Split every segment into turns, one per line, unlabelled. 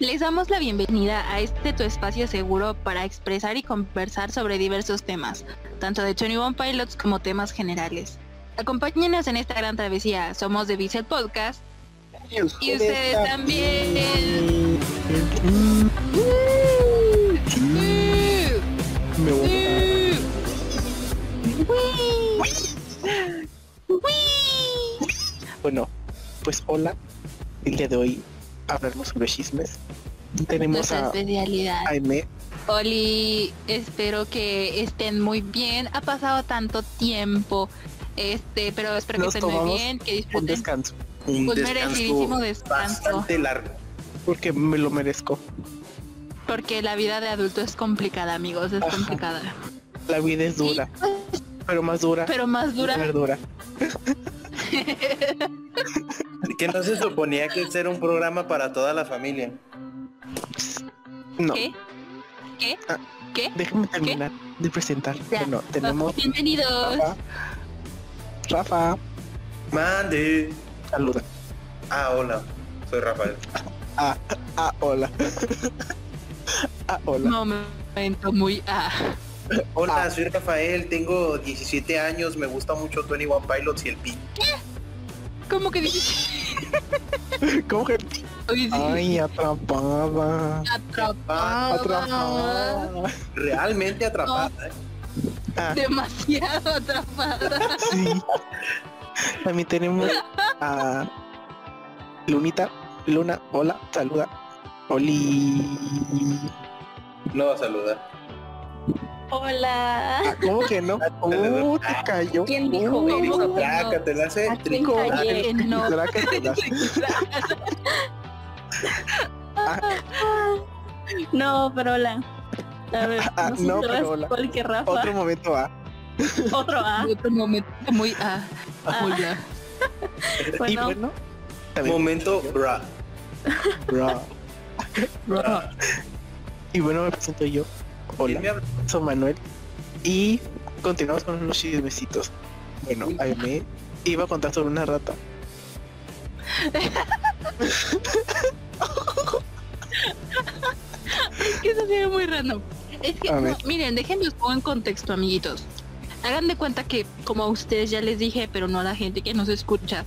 Les damos la bienvenida a este tu espacio seguro para expresar y conversar sobre diversos temas, tanto de Tony One Pilots como temas generales. Acompáñenos en esta gran travesía. Somos de Vizel Podcast.
Y ustedes,
Y ustedes también.
Me voy a- Bueno, pues hola. El día de hoy hablaremos sobre chismes. Tenemos
Nuestra
a
especialidad.
Aime.
Oli, espero que estén muy bien. Ha pasado tanto tiempo. Este, pero espero que
Nos
estén muy
tomamos
bien, que
Un
disfruten.
descanso.
Un
Un merecidísimo
descanso
descanso.
bastante largo.
Porque me lo merezco.
Porque la vida de adulto es complicada, amigos, es
Ajá.
complicada.
La vida es dura,
Sí, pues,
pero más dura.
pero más dura.
más dura.
Que no se suponía que este era un programa para toda la familia.
No,
¿Qué? ¿Qué?
Ah.
¿Qué?
déjame terminar de presentar.
Ya.
Bueno, tenemos
Bienvenidos.
Rafa. Rafa,
Mande.
saluda.
Ah, hola. Soy Rafael.
Ah, hola. ah, hola.
Momento muy ah.
Hola,
Ah.
soy Rafael, tengo 17 años, me gusta mucho Tony One Pilots y el Pi.
¿Cómo que dices?
¿Cómo que?
Oye, sí,
Ay, atrapada. Ah.
atrapada.
Atrapada.
Realmente atrapada. ¿eh?
Ah,
Demasiado atrapada.
sí. También tenemos a Lunita. Luna, hola, saluda. Oli.
No va a saludar.
Hola.
Ah, ¿Cómo que no? Oh, te cayó.
¿Quién dijo
Oh,
eso?
¿Cómo?
Placa, te la hace
Ah,
¿A quién
trinco.
cayó?
Que no.
¿Será que te das?
No, pero hola. A ver,
Ah,
no sé
no,
si
pero
lo
hola.
ves igual que Rafa.
Otro momento va.
Otro A.
Otro momento muy ah.
Ah.
Muy ah.
Y
Bueno,
bueno, también.
Ah, Momento, bra.
Bra. Y bueno, me presento yo. Hola.
¿Quién me habla?
soy Manuel y continuamos con los chismecitos. Bueno, a mí me iba a contar sobre una rata.
que eso se ve muy random. Es que,
A ver.
no, miren, déjenme os pongo en contexto, amiguitos. Hagan de cuenta que, como a ustedes ya les dije, pero no a la gente que nos escucha,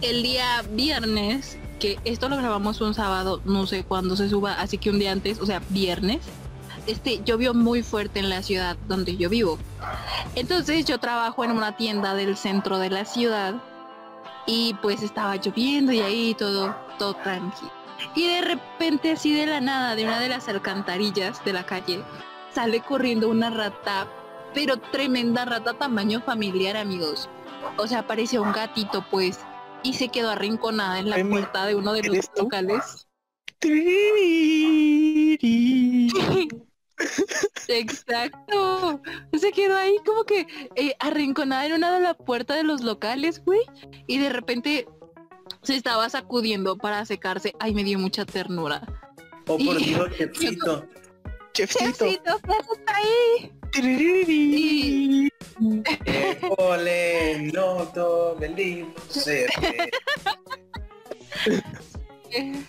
el día viernes, que esto lo grabamos un sábado, no sé cuándo se suba, así que un día antes, o sea, viernes, este, llovió muy fuerte en la ciudad donde yo vivo. Entonces yo trabajo en una tienda del centro de la ciudad y pues estaba lloviendo y ahí todo, todo tranquilo. Y de repente, así de la nada, de una de las alcantarillas de la calle, sale corriendo una rata, pero tremenda rata tamaño familiar, amigos. O sea, parecía un gatito, pues, y se quedó arrinconada en la
Ay, mi-
puerta de uno de los
¿eres tú?
locales.
Tiriri.
Exacto. Se quedó ahí como que eh, arrinconada en una de las puertas de los locales, güey. Y de repente se estaba sacudiendo para secarse. Ay, me dio mucha ternura.
Oh, por
Y-
Dios, Chepsito.
Chefcito.
Jefcito, pásate ahí.
Tiriri.
Eh, Ole, no tome limoncelé.
Eh,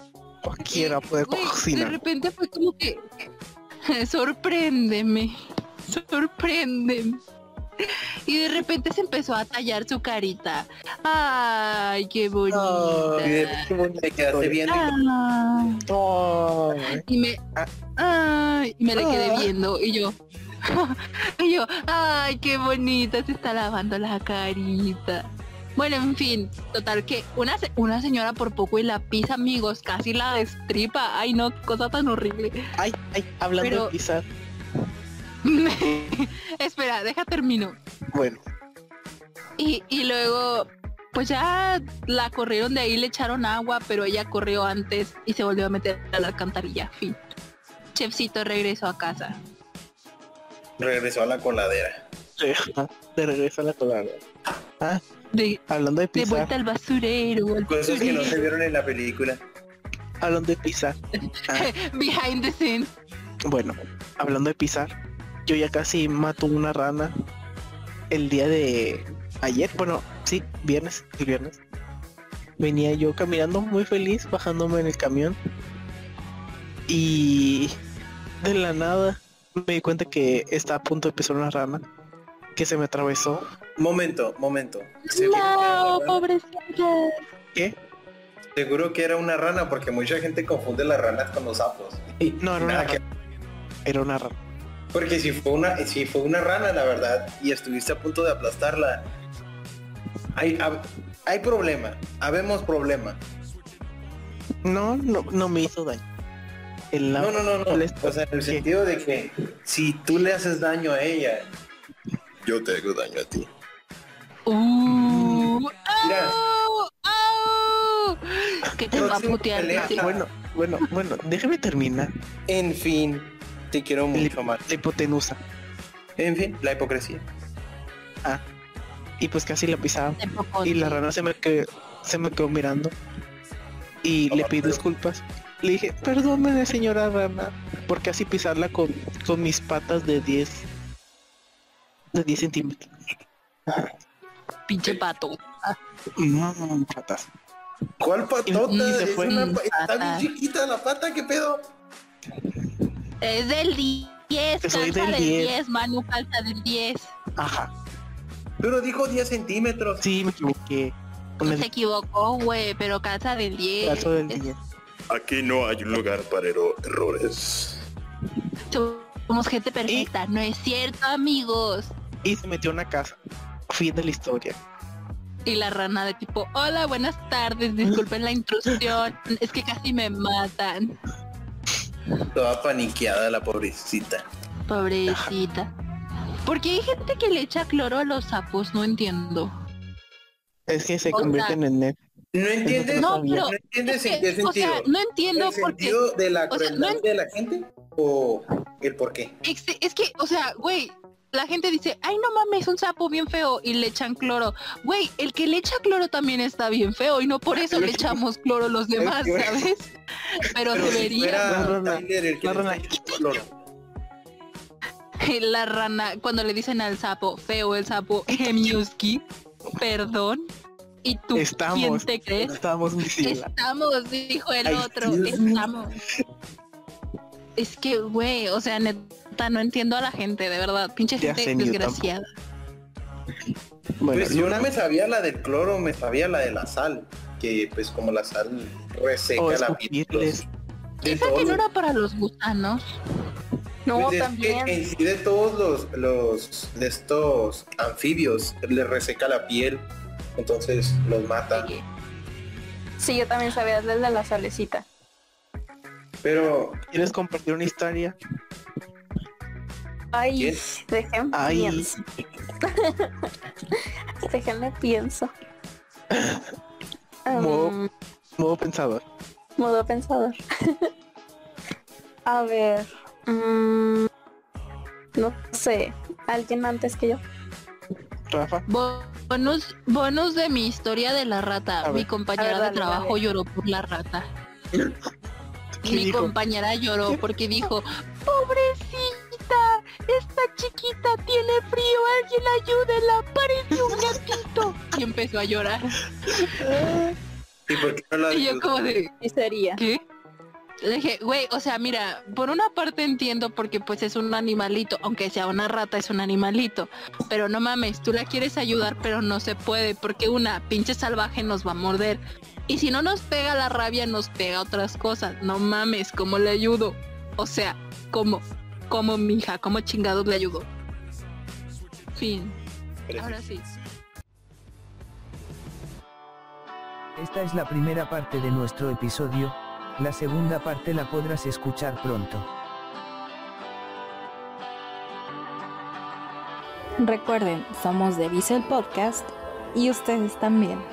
Cualquiera puede
güey, De
cocinar.
repente fue como que eh, sorpréndeme, sorpréndeme. Y de repente se empezó a tallar su carita. Ay, qué bonita.
Ay,
Y de- Te quedaste viendo y
Ay.
Ay,
y me
Ah.
ay, y me le quedé
Ah.
viendo y yo y yo ay qué bonita se está lavando la carita bueno en fin total que una se- una señora por poco y la pisa amigos casi la destripa ay no qué cosa tan horrible
ay, ay, hablando
Pero-
de pisar.
espera deja termino
Bueno,
y, y luego pues ya la corrieron de ahí le echaron agua pero ella corrió antes y se volvió a meter a la alcantarilla fin chefcito regresó a casa
regresó a la coladera.
re- de regreso a la colada.
de
Hablando de
De
pisar,
vuelta al basurero. al
Cosas que no se
basurero.
vieron en la película.
hablando de pisar.
Behind the scenes.
Bueno, hablando de pisar, yo ya casi mato una rana el día de ayer, bueno, sí, viernes, el viernes. Venía yo caminando muy feliz, bajándome en el camión Y de la nada me di cuenta que estaba a punto de pisar una rana que se me atravesó.
Momento, momento.
No,
que-
pobrecita.
¿Qué?
Seguro que era una rana porque mucha gente confunde las ranas con los sapos.
No, era una
Nada que-
rana. Era una rana.
Porque si fue una, si fue una rana, la verdad, y estuviste a punto de aplastarla, hay, hab- hay problema, habemos problema.
No, no, no me hizo daño. El
No,
lado-
no, no, no.
Molesto.
O sea, en el
¿Qué?
sentido de que si tú le haces daño a ella, yo te hago daño a ti.
Uh,
Mira.
au, au. Que te va a
Próximo
putear.
pelea.
sí.
Bueno, bueno, bueno, déjeme terminar.
En fin, te quiero mucho más.
La hipotenusa.
En fin, la hipocresía.
Y pues casi la pisaba.
Te poco-
Y la rana se me quedó, se me quedó mirando. Y
Ah,
le pido disculpas. Le dije, perdóneme señora rana, por casi pisarla con, con mis patas de 10 de 10 centímetros.
Pinche pato.
Mm, patas.
¿Cuál patota?
Y- y se
Es
fue.
una pa- está
Pata.
bien chiquita la pata, ¿qué pedo?
Es del 10.
Que
Calza
soy
del
del 10.
10, Manu, calza del 10.
Ajá.
Pero dijo 10 centímetros.
Sí, me equivoqué. Con
No se
el
equivocó, güey, pero calza del 10.
brazo del 10.
Aquí no hay un lugar para ero- errores.
Somos gente perfecta, no es cierto, amigos.
Y se metió en una casa. Fin de la historia.
Y la rana de tipo, hola, buenas tardes, disculpen la intrusión, es que casi me matan.
Toda paniqueada la pobrecita.
Pobrecita. Porque hay gente que le echa cloro a los sapos, no entiendo.
Es que se
O sea,
convierten en net.
¿No entiendes?
No,
sabía.
pero
¿No entiendes
es
en qué
que, o
sentido?
sea, no entiendo
¿El
por qué.
sentido de la
o sea, no
crueldad de la gente o el por qué?
Ex- Es que, o sea, güey, la gente dice, ay, no mames, un sapo bien feo y le echan cloro. Güey, el que le echa cloro también está bien feo y no por eso le echamos cloro a los demás,
que-
¿sabes? Pero
Pero si
debería.
fuera
La rana,
Tyler el que
la
le
rana.
está echando cloro.
La rana, cuando le dicen al sapo, feo el sapo, Gemiuski, perdón. ¿Y tú quién
Estamos.
te crees?
Estamos misiles.
Estamos, dijo el
Ay,
otro,
Dios mío.
estamos. Es que, güey, o sea, neta, no entiendo a la gente, de verdad. Pinche
Ya
gente
sé, ni yo
desgraciada.
Bueno,
Pues yo no me sabía la del cloro, me sabía la de la sal, que pues como la sal reseca
O
la piel. de
escupirles.
los- de
Esa que
todos
no
los-
era para los gusanos.
No,
pues es que
también.
en sí de todos los, los de estos anfibios les reseca la piel, entonces los mata.
Oye,
Sí, yo también sabía del de la salecita.
Pero
¿quieres compartir una historia?
Ay,
¿Quién?
déjenme
Ay.
pienso. déjenme pienso.
Modo-
Um,
Modo pensador.
modo pensador. A ver. mm, no sé. Alguien antes que yo.
Rafa.
bo- Bonus, bonus de mi historia de la
A
rata.
ver.
Mi
A
compañera
ver,
de
dale,
trabajo
dale.
lloró por la rata.
¿Qué
Mi
dijo?
compañera lloró porque dijo, pobrecita, esta chiquita tiene frío, alguien ayúdela, parece un gatito. Y empezó a llorar.
¿y por qué no la
Y yo como de,
Y sería.
¿qué? Le dije, güey, o sea, mira, por una parte entiendo porque pues es un animalito, aunque sea una rata es un animalito, pero no mames, tú la quieres ayudar, pero no se puede porque una pinche salvaje nos va a morder. Y si no nos pega la rabia, nos pega otras cosas. No mames, ¿cómo le ayudo? O sea, ¿cómo? ¿Cómo, mija? ¿Cómo chingados le ayudo? Fin. Ahora sí.
Esta es la primera parte de nuestro episodio, la segunda parte la podrás escuchar pronto.
Recuerden, somos de Viso el Podcast y ustedes también.